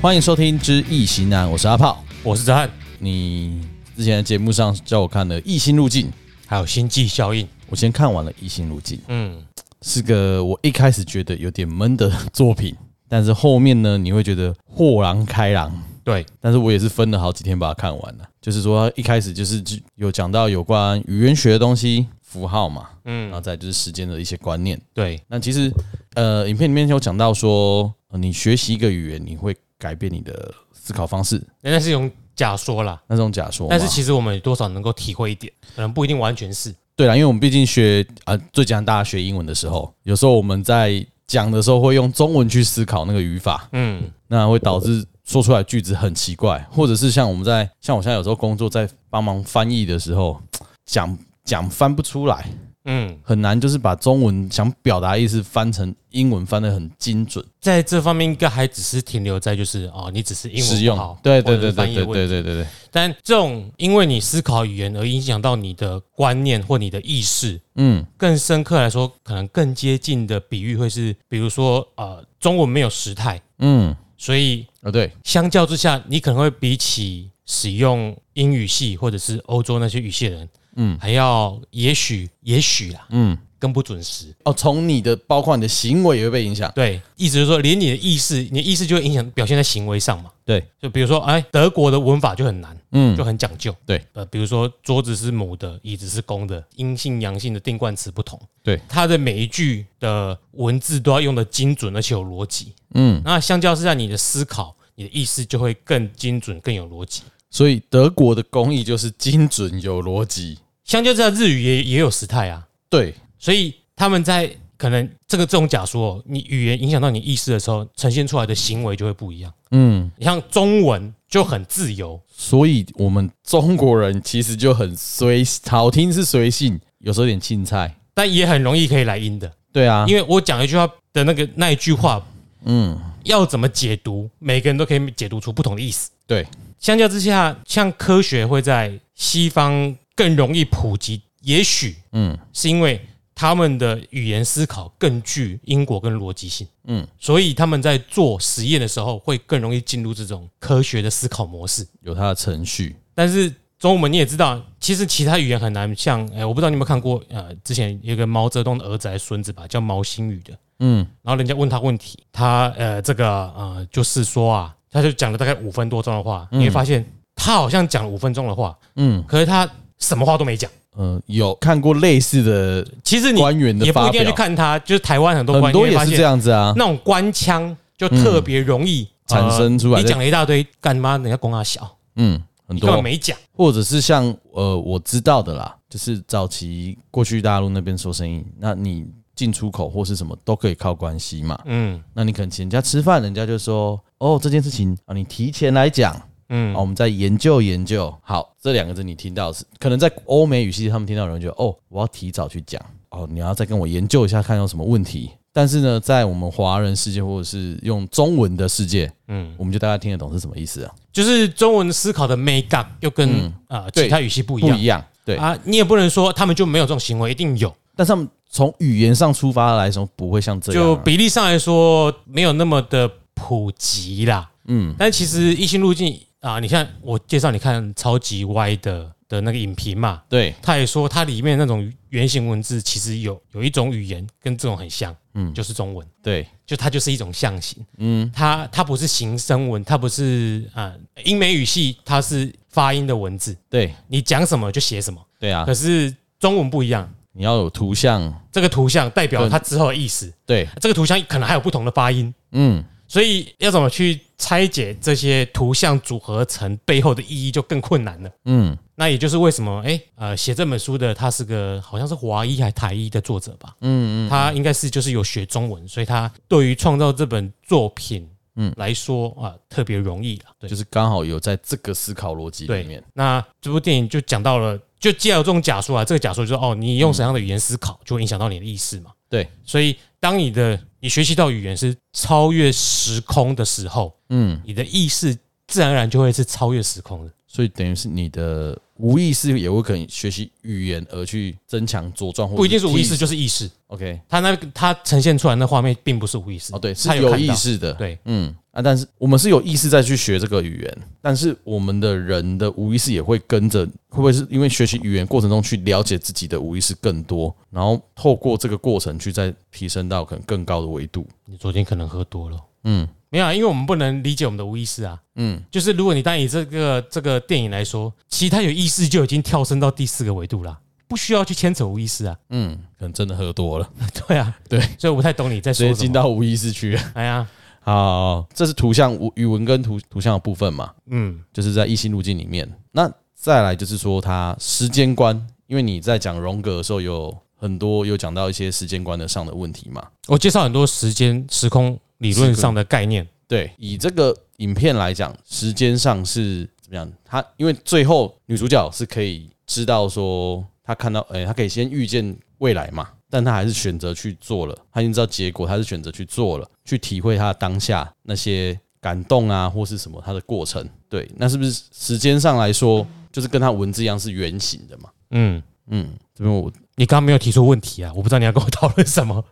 欢迎收听《知易行难》，我是阿炮。我是哲翰，你之前的节目上叫我看了《异星路径》，还有星际效应，我先看完了《异星路径》，嗯，是个我一开始觉得有点闷的作品，但是后面呢，你会觉得豁然开朗。对，但是我也是分了好几天把它看完了，就是说一开始就是有讲到有关语言学的东西，符号嘛，嗯，然后再就是时间的一些观念。对，那其实呃，影片里面有讲到说，呃你学习一个语言，你会改变你的思考方式，那是一种假说啦，那种假说嘛。但是其实我们也多少能够体会一点，可能不一定完全是，对啦，因为我们毕竟学啊，最简单大家学英文的时候，有时候我们在讲的时候会用中文去思考那个语法，嗯，那会导致说出来的句子很奇怪，或者是像我们在像我现在有时候工作在帮忙翻译的时候，讲讲翻不出来，嗯，很难就是把中文想表达的意思翻成英文翻得很精准在这方面应该还只是停留在就是哦，你只是英使文不用好，，对对或者对是翻对译对问题对对对对，但这种因为你思考语言而影响到你的观念或你的意识，嗯，更深刻来说，可能更接近的比喻会是，比如说呃，中文没有时态，嗯所以啊对，相较之下，你可能会比起使用英语系或者是欧洲那些语系的人，嗯，还要也许也许啦，嗯更不准时。哦，从你的包括你的行为也会被影响，对，意思就是说，连你的意识，你的意识就会影响表现在行为上嘛。对，就比如说，哎，德国的文法就很难，嗯就很讲究。对，呃，比如说桌子是母的，椅子是公的，阴性阳性的定冠词不同。对，它的每一句的文字都要用的精准，而且有逻辑。嗯，那相较之下，你的思考，你的意识就会更精准、更有逻辑。所以德国的工艺就是精准有逻辑。相较之下，日语也也有时态啊，对，所以他们在可能这个这种假说哦，你语言影响到你意识的时候，呈现出来的行为就会不一样。嗯，你像中文就很自由，所以我们中国人其实就很随，好听是随性，有时候有点青菜。但也很容易可以来音的，对啊，因为我讲一句话的那个那一句话嗯，要怎么解读，每个人都可以解读出不同的意思。对，相较之下，像科学会在西方更容易普及，也许嗯是因为他们的语言思考更具因果跟逻辑性，嗯，所以他们在做实验的时候会更容易进入这种科学的思考模式。有它的程序。但是中文你也知道，其实其他语言很难像，哎、我不知道你有没有看过，呃，之前有一个毛泽东的儿子还是孙子吧，叫毛新宇的，嗯，然后人家问他问题，他呃这个呃就是说啊，他就讲了大概五分多钟的话，你会发现他好像讲了五分钟的话，嗯，可是他什么话都没讲。呃，有看过类似的，其实你官员的也不一定发表要去看他，就是台湾很多很官多你会也发是现这样子啊。那呃种官腔就特别容易、嗯产生出来的呃你讲了一大堆，干妈人家公他小，嗯，很你根本多，没讲。或者是像呃，我知道的啦，就是早期过去大陆那边说生意，那你进出口或是什么都可以靠关系嘛。嗯那你可能请人家吃饭，人家就说哦这件事情啊，你提前来讲，嗯啊，我们再研究研究。好，这两个字你听到是可能在欧美语系，他们听到有人觉得哦，我要提早去讲哦，你要再跟我研究一下，看有什么问题。但是呢，在我们华人世界或者是用中文的世界，嗯，我们就大概听得懂是什么意思啊？就是中文思考的 make up 又跟、呃嗯对其他语系不一不样一样，对。啊，你也不能说他们就没有这种行为，一定有。但是他们从语言上出发来说，不会像这样啊、就比例上来说，没有那么的普及啦。嗯，但其实异性路径啊，你看我介绍你看超级歪的的那个影评嘛，对，他也说它里面那种原型文字其实有有一种语言跟这种很像，嗯，就是中文，对，就它就是一种象形，嗯，它它不是形声文，它不是啊、呃英美语系它是发音的文字，对，你讲什么就写什么，对啊可，是中文不一样，你要有图像，这个图像代表它之后的意思，对，这个图像可能还有不同的发音，嗯，所以要怎么去拆解这些图像组合成背后的意义就更困难了。嗯，那也就是为什么，哎、呃，写这本书的他是个好像是华裔还台裔的作者吧，嗯嗯，他应该是就是有学中文，所以他对于创造这本作品，嗯来说啊、特别容易了，对就是刚好有在这个思考逻辑里对面，。那这部电影就讲到了，就既然有这种假说啊，这个假说就是哦，你用什么样的语言思考，就会影响到你的意识嘛，对，所以当你的你学习到语言是超越时空的时候，嗯，你的意识自然而然就会是超越时空的。所以等于是你的无意识也会可能学习语言而去增强茁壮，或者不一定是无意识，替。就是意识。 OK，他那个他呈现出来那画面并不是无意识哦，对，是他有看意到识的，对，嗯啊，但是我们是有意识在去学这个语言，但是我们的人的无意识也会跟着，会不会是因为学习语言过程中去了解自己的无意识更多，然后透过这个过程去再提升到可能更高的维度？你昨天可能喝多了，嗯没有、啊，因为我们不能理解我们的无意识啊。嗯，就是如果你单以这个这个电影来说，其实它有意识就已经跳升到第四个维度啦，不需要去牵扯无意识啊。 嗯，可能真的喝多了，对啊，对，所以我不太懂你在直接说什进么。到无意识区了。哎呀，好，这是图像无语文跟图图像的部分嘛，嗯，就是在异性路径里面。那再来就是说它时间观，因为你在讲荣格的时候有很多有讲到一些时间观的上的问题嘛，我介绍很多时间时空理论上的概念，对，以这个影片来讲，时间上是怎么样？她因为最后女主角是可以知道说，她看到，哎、她可以先预见未来嘛，但她还是选择去做了。她已经知道结果，她是选择去做了，去体会她当下那些感动啊，或是什么她的过程。对，那是不是时间上来说，就是跟她文字一样是圆形的嘛？嗯，嗯，这边我你刚刚没有提出问题啊，我不知道你要跟我讨论什么。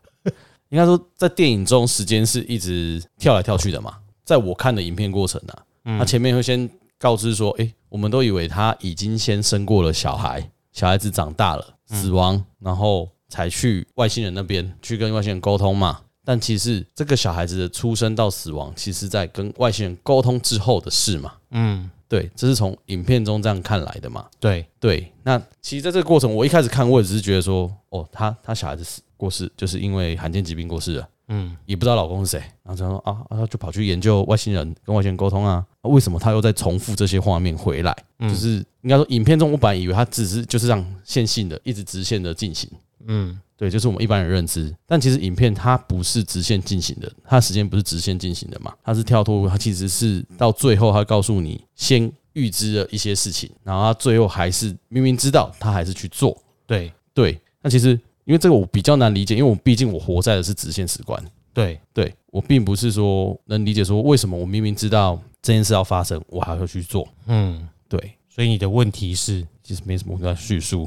应该说，在电影中时间是一直跳来跳去的嘛。在我看的影片过程啊，他前面会先告知说，诶，我们都以为他已经先生过了小孩，小孩子长大了，死亡，然后才去外星人那边去跟外星人沟通嘛。但其实这个小孩子的出生到死亡，其实在跟外星人沟通之后的事嘛。嗯，对，这是从影片中这样看来的嘛。对，对，那其实在这个过程，我一开始看，我也只是觉得说，哦，他他小孩子死过世，就是因为罕见疾病过世了，嗯，也不知道老公是谁，然后就说啊，啊他就跑去研究外星人，跟外星人沟通啊，啊为什么他又在重复这些画面回来？就是应该说，影片中我本来以为他只是就是让线性的一直直线的进行，嗯，对，就是我们一般人认知，但其实影片它不是直线进行的，它时间不是直线进行的嘛，它是跳脱，它其实是到最后，它告诉你先预知了一些事情，然后它最后还是明明知道，他还是去做。对，对，那其实因为这个我比较难理解，因为我毕竟我活在的是直线史观，对，对我并不是说能理解说为什么我明明知道这件事要发生，我还会去做。嗯，对，所以你的问题是，其实没什么跟他叙述。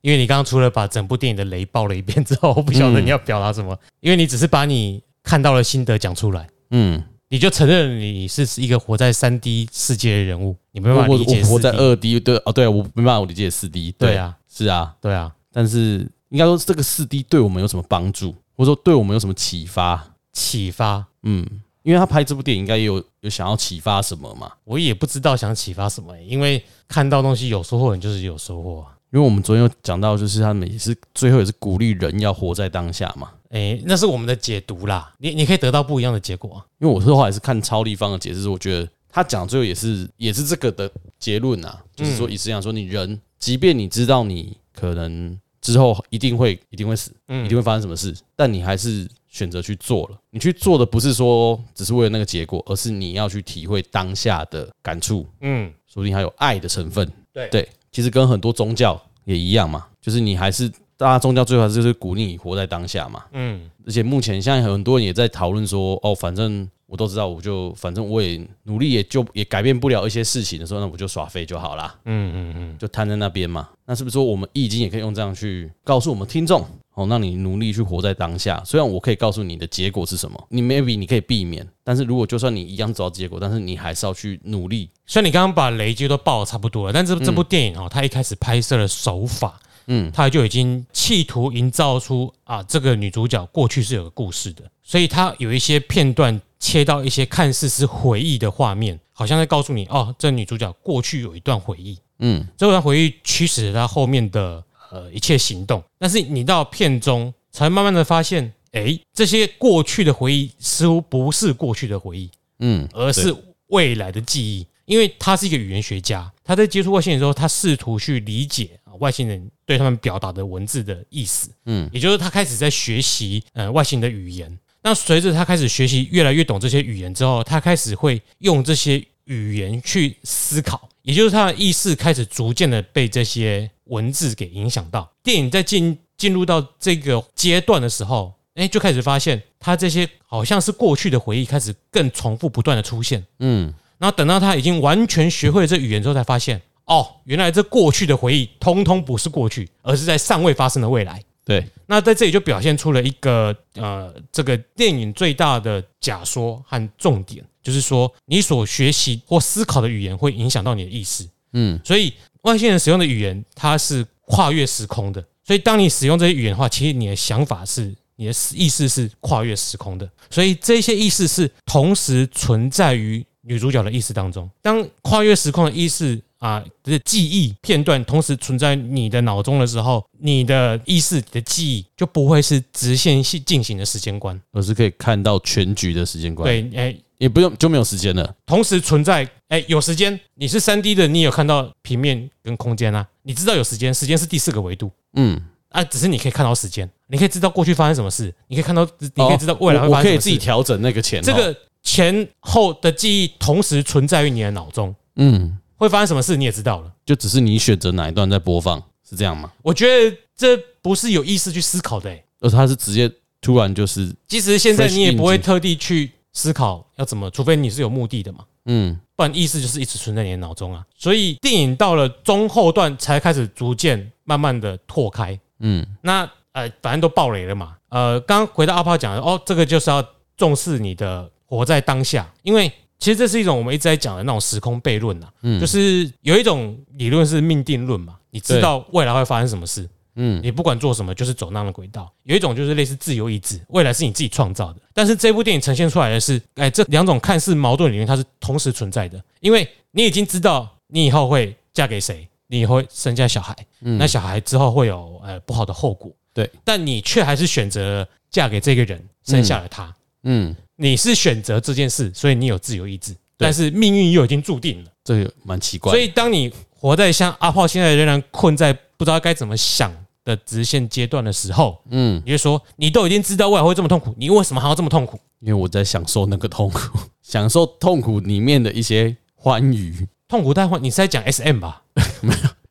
因为你刚刚除了把整部电影的雷爆了一遍之后， 我不晓得你要表达什么，因为你只是把你看到的心得讲出来，嗯，你就承认你是一个活在三 D 世界的人物，你没我办法我理解我四活在 D。二 D，对哦，对我没办法理解四 D，对，啊，是啊。对啊，但是应该说这个四 D 对我们有什么帮助，或者说对我们有什么启发？启发嗯，因为他拍这部电影应该也有有想要启发什么嘛。我也不知道想启发什么欸、因为看到东西有收获，你就是有收获啊。因为我们昨天有讲到，就是他们也是最后也是鼓励人要活在当下嘛。诶、那是我们的解读啦，你你可以得到不一样的结果啊。因为我是后来是看超立方的解释，我觉得他讲最后也是也是这个的结论啊，就是说，意思讲说，你人即便你知道你可能之后一定会一定会死，嗯一定会发生什么事，但你还是选择去做了。你去做的不是说只是为了那个结果，而是你要去体会当下的感触，嗯，说不定还有爱的成分。对对，其实跟很多宗教也一样嘛，就是你还是大家宗教最后还是就是鼓励你活在当下嘛。嗯，而且目前现在很多人也在讨论说，哦，反正我都知道，我就反正我也努力也就也改变不了一些事情的时候，那我就耍废就好啦，嗯嗯嗯，就瘫在那边嘛。那是不是说我们易经也可以用这样去告诉我们听众？哦，让你努力去活在当下。虽然我可以告诉你的结果是什么，你 maybe 你可以避免，但是如果就算你一样找到结果，但是你还是要去努力。虽然你刚刚把雷就都爆的差不多了，但这这部电影哦，它一开始拍摄的手法，嗯，它就已经企图营造出啊，这个女主角过去是有个故事的，所以它有一些片段切到一些看似是回忆的画面，好像在告诉你哦，这女主角过去有一段回忆，嗯，这段回忆驱使了她后面的呃一切行动。但是你到片中才慢慢的发现，诶，这些过去的回忆似乎不是过去的回忆，嗯，而是未来的记忆。因为他是一个语言学家，他在接触外星人的时候，他试图去理解啊外星人对他们表达的文字的意思。嗯嗯，也就是他开始在学习呃外星人的语言。那随着他开始学习越来越懂这些语言之后，他开始会用这些语言去思考，也就是他的意识开始逐渐的被这些文字给影响到。电影在进进入到这个阶段的时候，哎、就开始发现他这些好像是过去的回忆开始更重复不断的出现。嗯，然后等到他已经完全学会了这语言之后，才发现哦，原来这过去的回忆通通不是过去，而是在尚未发生的未来。对，那在这里就表现出了一个呃，这个电影最大的假说和重点，就是说你所学习或思考的语言会影响到你的意识。嗯，所以外星人使用的语言，它是跨越时空的。所以当你使用这些语言的话，其实你的想法是。你的意识是跨越时空的，所以这些意识是同时存在于女主角的意识当中。当跨越时空的意识啊的记忆片段同时存在你的脑中的时候，你的意识、你的记忆就不会是直线性进行的时间观。我是可以看到全局的时间观，，对，哎、也不用就没有时间了。同时存在，哎、有时间，你是三 D 的，你有看到平面跟空间啊，你知道有时间，时间是第四个维度嗯，啊，只是你可以看到时间，你可以知道过去发生什么事，你可以看到，你可以知道未来哦会我发我可生什以么自己事。调整那个哦前后这个前后的记忆同时存在于你的脑中，嗯，会发生什么事你也知道了。就只是你选择哪一段在播放，是这样吗？我觉得这不是有意识去思考的、欸，而他是直接突然就是其实现在 Fresh 你也不会 image 特地去思考要怎么，除非你是有目的的嘛。嗯不然意识就是一直存在你的脑中啊。所以电影到了中后段才开始逐渐慢慢的拓开。嗯那呃，反正都爆雷了嘛。呃，刚刚回到阿炮讲的，哦，这个就是要重视你的活在当下，因为其实这是一种我们一直在讲的那种时空悖论呐、啊嗯就是有一种理论是命定论嘛，你知道未来会发生什么事，嗯你不管做什么，就是走那样的轨道。有一种就是类似自由意志，未来是你自己创造的。但是这部电影呈现出来的是，哎，这两种看似矛盾里面，它是同时存在的。因为你已经知道你以后会嫁给谁，你以后会生下小孩，嗯那小孩之后会有呃不好的后果。对，但你却还是选择了嫁给这个人，生下了他。嗯，你是选择这件事，所以你有自由意志，对但是命运又已经注定了。这个蛮奇怪的。所以当你活在像阿炮现在仍然困在不知道该怎么想的直线阶段的时候，嗯，你就说你都已经知道未来会这么痛苦，你为什么还要这么痛苦？因为我在享受那个痛苦， 享受痛苦里面的一些欢愉。痛苦代换，你是在讲 S M 吧？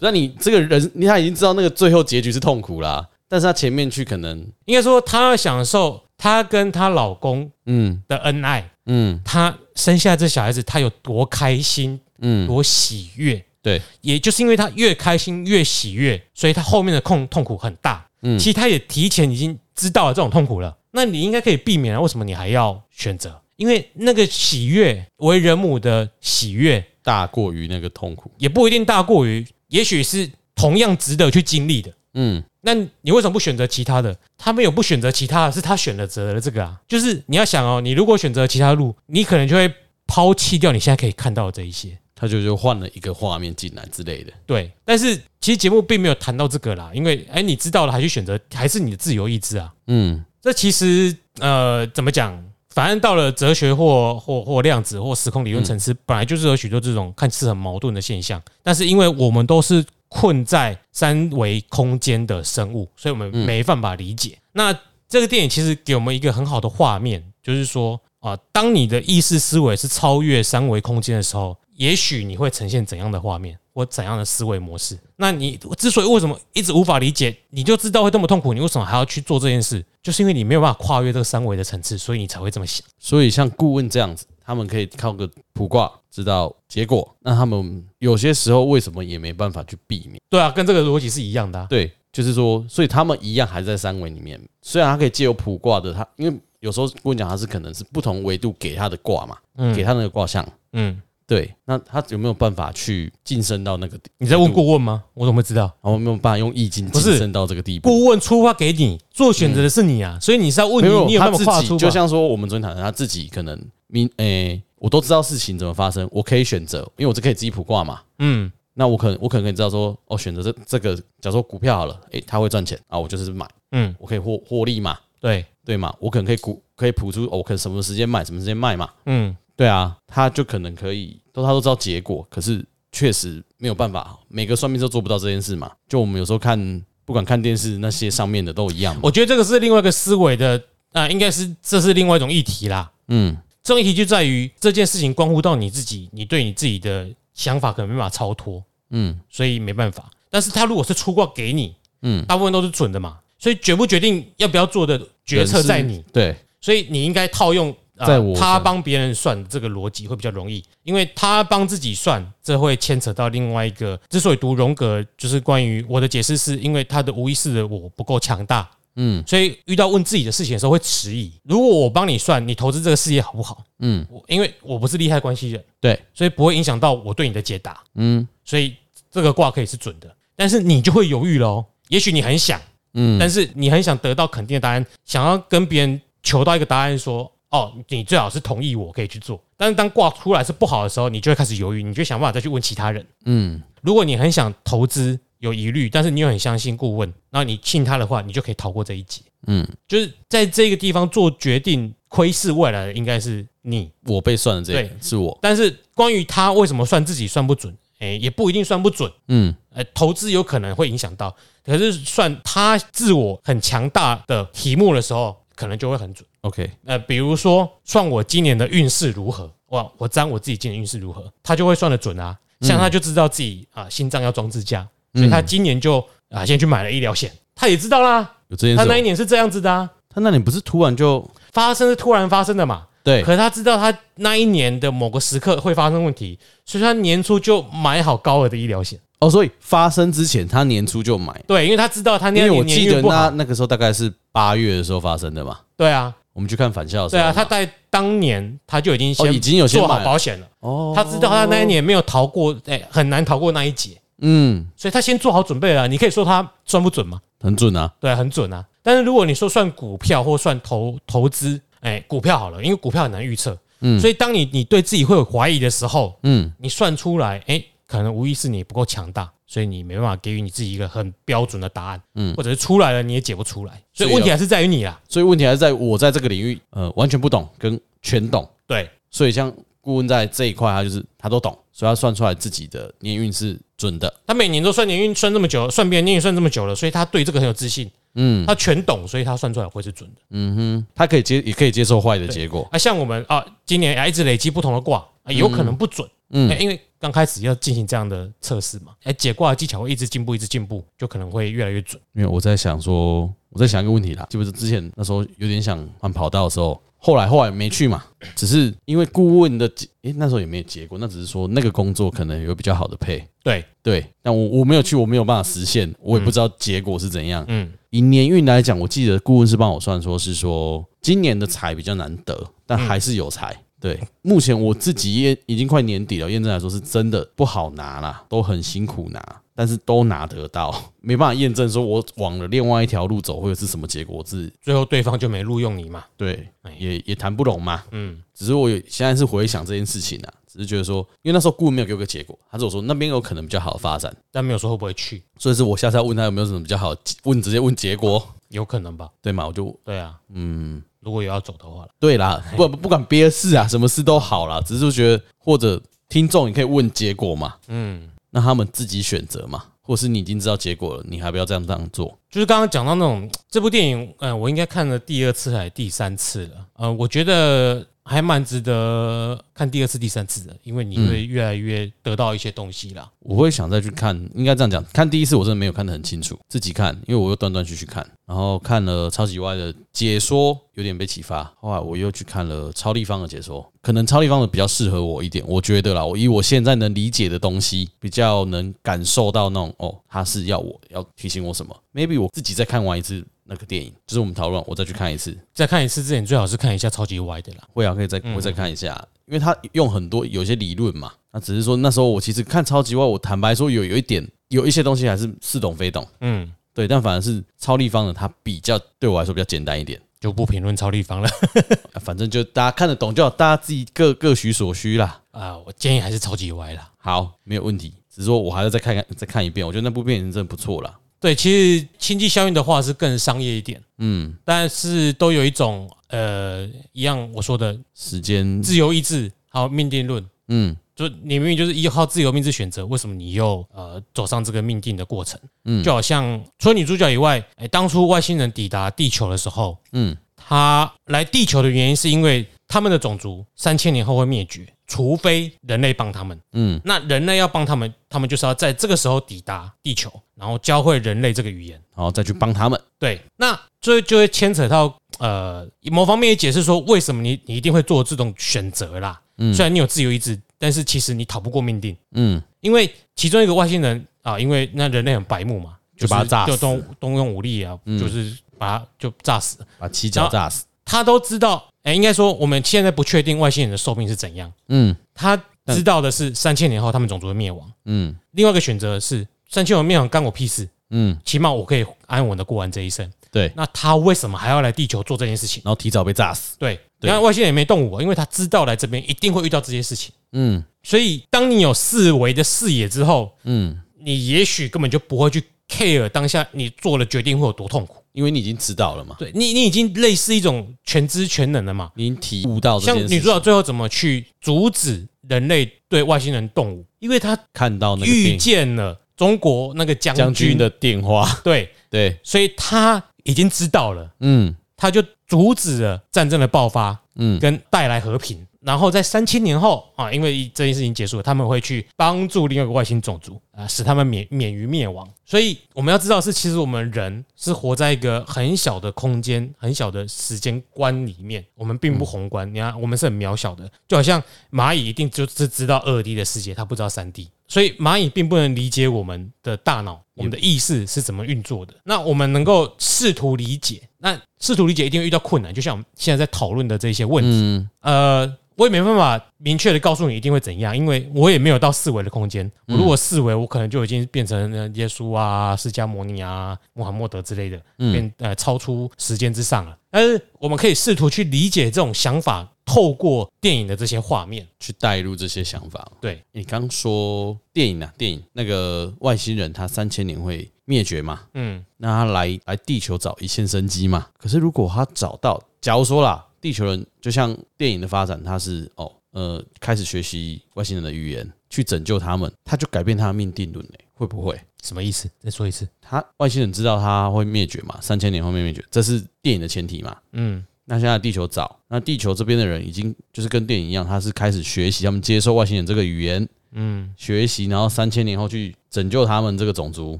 那你这个人，你他已经知道那个最后结局是痛苦啦，但是他前面去可能，应该说她要享受她跟她老公嗯的恩爱，嗯她生下这小孩子，她有多开心，嗯，多喜悦。对，也就是因为她越开心越喜悦，所以她后面的痛痛苦很大。嗯其实她也提前已经知道了这种痛苦了，那你应该可以避免啊，为什么你还要选择？因为那个喜悦，为人母的喜悦，大过于那个痛苦。也不一定大过于，也许是同样值得去经历的。嗯那你为什么不选择其他的？他没有不选择其他的，是他选了择了这个啊。就是你要想哦，你如果选择其他路，你可能就会抛弃掉你现在可以看到的这一些。他就就换了一个画面进来之类的。对，但是其实节目并没有谈到这个啦，因为哎，你知道了还去选择，还是你的自由意志啊。嗯这其实呃，怎么讲？反正到了哲学或或或量子或时空理论层次，本来就是有许多这种看似很矛盾的现象，但是因为我们都是困在三维空间的生物，所以我们没办法理解。那这个电影其实给我们一个很好的画面，就是说啊、当你的意识思维是超越三维空间的时候，也许你会呈现怎样的画面或怎样的思维模式？那你之所以为什么一直无法理解，你就知道会这么痛苦，你为什么还要去做这件事？就是因为你没有办法跨越这个三维的层次，所以你才会这么想。所以像顾问这样子，他们可以靠个卜卦知道结果。那他们有些时候为什么也没办法去避免？对啊，跟这个逻辑是一样的、啊。对，就是说，所以他们一样还在三维里面。虽然他可以借由卜卦的他，因为有时候顾问讲他是可能是不同维度给他的卦嘛，给嗯他那个卦象。嗯，对，那他有没有办法去晋升到那个地？你在问过，顾问吗？我怎么会知道？然后有没有办法用易经不晋是升到这个地步？顾问出发给你做选择的是你啊，所以你是要问没你，有，你有他办法跨自己出就吧？像说我们昨天谈的，他自己可能明诶、我都知道事情怎么发生，我可以选择，因为我这可以自己卜卦嘛。嗯，那我可能我可能可以知道说，哦，选择这这个，假如说股票好了，诶、它会赚钱啊，我就是买，嗯，我可以获获利嘛，对，对嘛？我可能可以股可以谱出，哦，我可能什么时间买，什么时间卖嘛，嗯，对啊，他就可能可以都他都知道结果，可是确实没有办法，每个算命都做不到这件事嘛。就我们有时候看，不管看电视那些上面的都一样嘛。我觉得这个是另外一个思维的，啊，应该是这是另外一种议题啦。嗯，这种议题就在于这件事情关乎到你自己，你对你自己的想法可能没办法超脱，嗯，所以没办法。但是他如果是出卦给你，嗯大部分都是准的嘛，所以决不决定要不要做的决策在嗯人你，对，所以你应该套用呃在我他帮别人算这个逻辑会比较容易，因为他帮自己算，这会牵扯到另外一个。之所以读荣格，就是关于我的解释，是因为他的无意识的我不够强大，嗯所以遇到问自己的事情的时候会迟疑。如果我帮你算，你投资这个事业好不好？嗯，我因为我不是利害关系人，对，所以不会影响到我对你的解答，嗯所以这个卦可以是准的。但是你就会犹豫喽。也许你很想，嗯，但是你很想得到肯定的答案，想要跟别人求到一个答案说哦，你最好是同意我可以去做。但是当卦出来是不好的时候，你就会开始犹豫，你就想办法再去问其他人。嗯如果你很想投资有疑虑，但是你又很相信顾问，然后你信他的话，你就可以逃过这一劫。嗯，就是在这个地方做决定，窥视未来的应该是你。我被算的这对个是我，但是关于他为什么算自己算不准，诶、也不一定算不准。嗯呃，投资有可能会影响到，可是算他自我很强大的题目的时候，可能就会很准。 ，OK，呃，比如说算我今年的运势如何，哇，我占我自己今年运势如何，他就会算得准啊。像他就知道自己啊、心脏要装支架，所以他今年就啊、先去买了医疗险，他也知道啦，有这件他事那一哦，年是这样子的啊，他那里不是突然就发生是突然发生的嘛。对可是他知道他那一年的某个时刻会发生问题，所以他年初就买好高额的医疗险。哦，所以发生之前他年初就买，对，因为他知道他那因一为年我年记运得不好那。那个时候大概是八月的时候发生的嘛，对啊，我们去看返校的时对候啊，嘛，他在当年他就已经哦先已经有先做好买了保险了，哦，他知道他那一年没有逃过，哎，很难逃过那一劫，嗯所以他先做好准备了。你可以说他算不准吗？很准啊，对啊，很准啊。但是如果你说算股票或算投投资，哎，股票好了，因为股票很难预测，嗯所以当你你对自己会有怀疑的时候，嗯你算出来，哎，可能无意识你不够强大，所以你没办法给予你自己一个很标准的答案，嗯或者是出来了你也解不出来，所所以以问题还是在于你啦。所以问题还是在我在这个领域呃完全不懂跟全懂，对，所以像顾问在这一块他就是他都懂，所以他算出来自己的年运是准的，他每年都算年运算这么久，算别人年运算这么久了，所以他对这个很有自信，嗯他全懂，所以他算出来会是准的。嗯哼，他可以接也可以接受坏的结果，啊，像我们啊，今年啊一直累积不同的卦，啊有可能不准，嗯哎因为刚开始要进行这样的测试嘛，哎，解卦的技巧会一直进步，一直进步，就可能会越来越准。因为我在想说，我在想一个问题啦，就是之前那时候有点想换跑道的时候，后来后来没去嘛，只是因为顾问的结，诶、那时候也没有结果，那只是说那个工作可能有比较好的配，对，对，但我我没有去，我没有办法实现，我也不知道结果是怎样。嗯，以年运来讲，我记得顾问是帮我算说是说今年的财比较难得，嗯但还是有财。对，目前我自己也已经快年底了，验证来说是真的不好拿啦，都很辛苦拿，但是都拿得到， 没办法验证说我往了另外一条路走会是什么结果，是最后对方就没录用你嘛，对哎，也也谈不拢嘛。嗯，只是我有现在是回想这件事情啊，只是觉得说，因为那时候顾问没有给我个结果，他是我说那边有可能比较好的发展，但没有说会不会去，所以是我下次要问他有没有什么比较好的，问直接问结果，有可能吧？对嘛？我就对啊，嗯，如果有要走的话，对啦，不不管别的事啊，什么事都好啦，只是觉得或者听众你可以问结果嘛，嗯，那他们自己选择嘛，或是你已经知道结果了，你还不要这样这样做，就是刚刚讲到那种这部电影，嗯、我应该看了第二次还是第三次了。呃，我觉得还蛮值得看第二次、第三次的，因为你嗯会越来越得到一些东西啦。我会想再去看，应该这样讲，看第一次我真的没有看得很清楚，自己看，因为我又断断续续看，然后看了超级外的解说，有点被启发，后来我又去看了超立方的解说，可能超立方的比较适合我一点，我觉得啦，我以我现在能理解的东西，比较能感受到那种哦，他是要我要提醒我什么，maybe 我自己再看完一次。那个电影就是我们讨论，我再去看一次，在看一次之前，最好是看一下超级歪的啦。会啊，可以再嗯我再看一下，因为他用很多有些理论嘛。那只是说那时候我其实看超级外，我坦白说有有一点有一些东西还是似懂非懂，嗯，对，但反而是超立方的，它比较对我来说比较简单一点。就不评论超立方了 啊反正就大家看得懂就好，大家自己各各取所需啦。啊、我建议还是超级歪啦。好，没有问题。只是说我还要再看看再看一遍，我觉得那部电影真的不错啦。对，其实经济效应的话是更商业一点，嗯，但是都有一种呃，一样我说的时间，自由意志还有命定论。嗯就你明明就是依靠自由命制选择，为什么你又呃走上这个命定的过程？嗯就好像除了女主角以外，哎、当初外星人抵达地球的时候，嗯他来地球的原因是因为他们的种族三千年后会灭绝，除非人类帮他们。嗯那人类要帮他们，他们就是要在这个时候抵达地球，然后教会人类这个语言。然后再去帮他们。对，那这就会牵扯到呃某方面也解释说，为什么你你一定会做这种选择啦。虽然你有自由意志，但是其实你逃不过命定，嗯，因为其中一个外星人啊，因为那人类很白目嘛，就把他是炸就死嗯动动用武力啊，就是把他就炸死。把七角炸死，他都知道，哎、应该说我们现在不确定外星人的寿命是怎样，嗯他知道的是三千年后他们种族会灭亡。嗯另外一个选择是三千年后灭亡干我屁事，嗯，起码我可以安稳的过完这一生。对，那他为什么还要来地球做这件事情？然后提早被炸死，对，对然后外星人也没动我，因为他知道来这边一定会遇到这些事情。嗯所以，当你有四维的视野之后，嗯，你也许根本就不会去 care 当下你做了决定会有多痛苦。因为你已经知道了嘛，对你，你已经类似一种全知全能了嘛。你已经体悟到这像件女事主情，角最后怎么去阻止人类对外星人动武？因为她看到那个遇电见了中国那个将将军军的电话， 对，对，所以她已经知道了，嗯她就阻止了战争的爆发嗯跟带来和平。然后在三千年后啊，因为这件事情结束了，他们会去帮助另外一个外星种族啊，使他们免免于灭亡。所以我们要知道的是，其实我们人是活在一个很小的空间、很小的时间观里面，我们并不宏观。你看，我们是很渺小的，就好像蚂蚁一定就只知道二 D 的世界，它不知道三 D，所以蚂蚁并不能理解我们的大脑、我们的意识是怎么运作的。那我们能够试图理解，那试图理解一定会遇到困难，就像我们现在在讨论的这些问题。嗯呃，我也没办法明确的告诉你一定会怎样，因为我也没有到四维的空间。我如果四维，我可能就已经变成呃耶稣啊、释迦牟尼啊、穆罕默德之类的，变呃超出时间之上了。但是我们可以试图去理解这种想法，透过电影的这些画面，去带入这些想法。对你刚说电影啊，电影那个外星人他三千年会灭绝嘛？嗯，那他来来地球找一线生机嘛？可是如果他找到，假如说啦，地球人就像电影的发展，他是哦呃开始学习外星人的语言，去拯救他们，他就改变他的命定论嘞、会不会？什么意思？再说一次，他外星人知道他会灭绝嘛？三千年后面灭绝，这是电影的前提嘛？嗯那现在地球找，那地球这边的人已经就是跟电影一样，他是开始学习，他们接受外星人这个语言，嗯，学习，然后三千年后去拯救他们这个种族，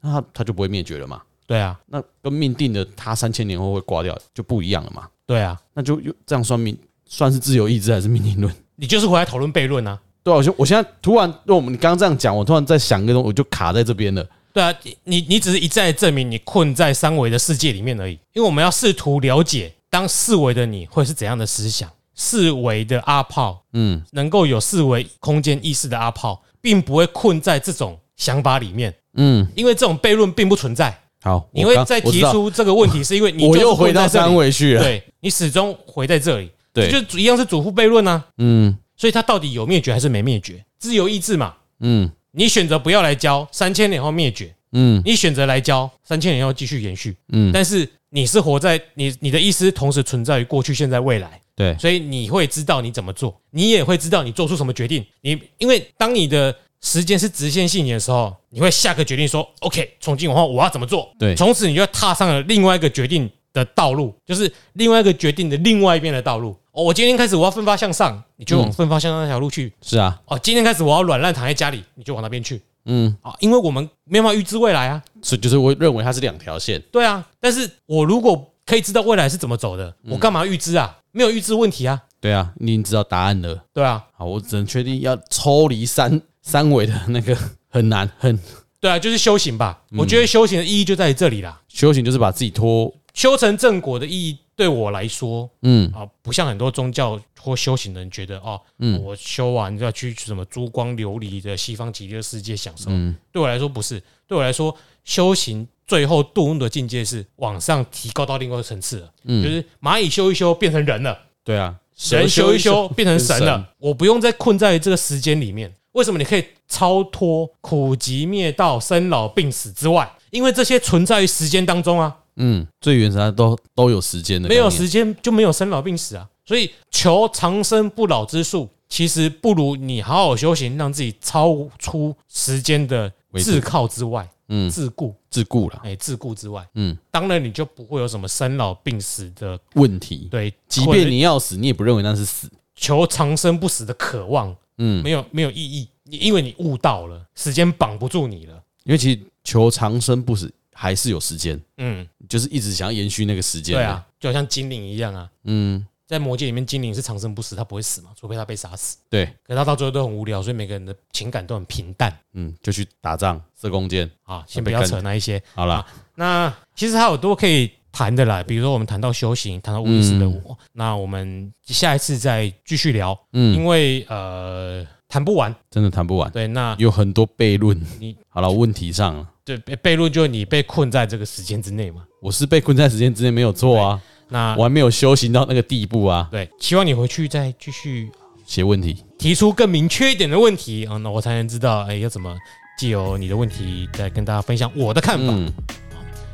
那他他就不会灭绝了嘛？对啊，那跟命定的他三千年后会挂掉就不一样了嘛？对啊，那就又这样算命，算是自由意志还是命定论？你就是回来讨论悖论啊。对啊，我就我现在突然，因为我们你刚刚这样讲，我突然在想一个东西，我就卡在这边了。对啊，你你只是一再证明你困在三维的世界里面而已，因为我们要试图了解当四维的你会是怎样的思想。四维的阿炮嗯，能够有四维空间意识的阿炮，并不会困在这种想法里面，嗯，因为这种悖论并不存在。好，你我会刚再我提知道出这个问题，是因为你我就是又回困在到这里三，维去了。对你始终回在这里，对这就一样是主妇悖论啊。嗯所以它到底有灭绝还是没灭绝？自由意志嘛，嗯你选择不要来教，三千年后灭绝；嗯你选择来教，三千年后继续延续。嗯，但是你是活在你你的意思同时存在于过去、现在、未来，对，所以你会知道你怎么做，你也会知道你做出什么决定。你因为当你的时间是直线性的时候，你会下个决定说，OK，从今往后我要怎么做？对从此你就踏上了另外一个决定的道路，就是另外一个决定的另外一边的道路。哦，我今天开始我要奋发向上，你就往奋发向上那条路去。是啊，哦，今天开始我要软烂躺在家里，你就往那边去嗯，啊，因为我们没办法预知未来啊。所以就是我认为它是两条线。对啊，但是我如果可以知道未来是怎么走的，嗯我干嘛预知啊？没有预知问题啊，对啊，你已经知道答案了。对啊，好，我只能确定要抽离三三维的那个很难，很对啊，就是修行吧。嗯我觉得修行的意义就在于这里啦。修行就是把自己脱，修成正果的意义对我来说嗯啊，不像很多宗教或修行的人觉得哦，我修完就要去什么珠光琉璃的西方极乐世界享受。嗯对我来说不是，对我来说修行最后顿悟的境界是往上提高到另外一个层次了，嗯就是蚂蚁修一修变成人了。对啊，人修一修修变成神变成了，我不用再困在这个时间里面。为什么你可以超脱苦集灭道、生老病死之外？因为这些存在于时间当中啊，嗯，最原始它都都有时间的概没念，有时间就没有生老病死啊。所以求长生不老之术，其实不如你好好修行，让自己超出时间的自靠之外，嗯自顾，自顾啦，哎，自顾之外，嗯，当然你就不会有什么生老病死的问题，对，即或者便你要死，你也不认为那是死，求长生不死的渴望，嗯，没有没有意义，你因为你悟到了，时间绑不住你了。因为其实求长生不死还是有时间，嗯，就是一直想要延续那个时间。对啊，，就像精灵一样啊，嗯，在魔界里面，精灵是长生不死，他不会死嘛，除非他被杀死。对，可是他到最后都很无聊，所以每个人的情感都很平淡嗯，就去打仗、射弓箭，啊。先不要扯那一些。好啦，那其实还有多可以谈的啦，比如说我们谈到修行，谈到无意识的我，那我们下一次再继续聊，嗯，因为呃谈不完。真的谈不完，对，那有很多悖论你。好了，问题上了，对悖悖论就是你被困在这个时间之内嘛。我是被困在时间之内没有错啊，那我还没有修行到那个地步啊，对，希望你回去再继续写问题。提出更明确一点的问题啊、那我才能知道哎要怎么借由你的问题再跟大家分享我的看法。嗯，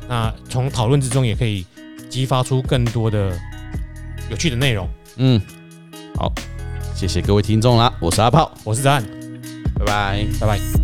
那从讨论之中也可以激发出更多的有趣的内容。嗯，好，谢谢各位听众啦，我是阿炮，我是子安，拜拜。拜拜。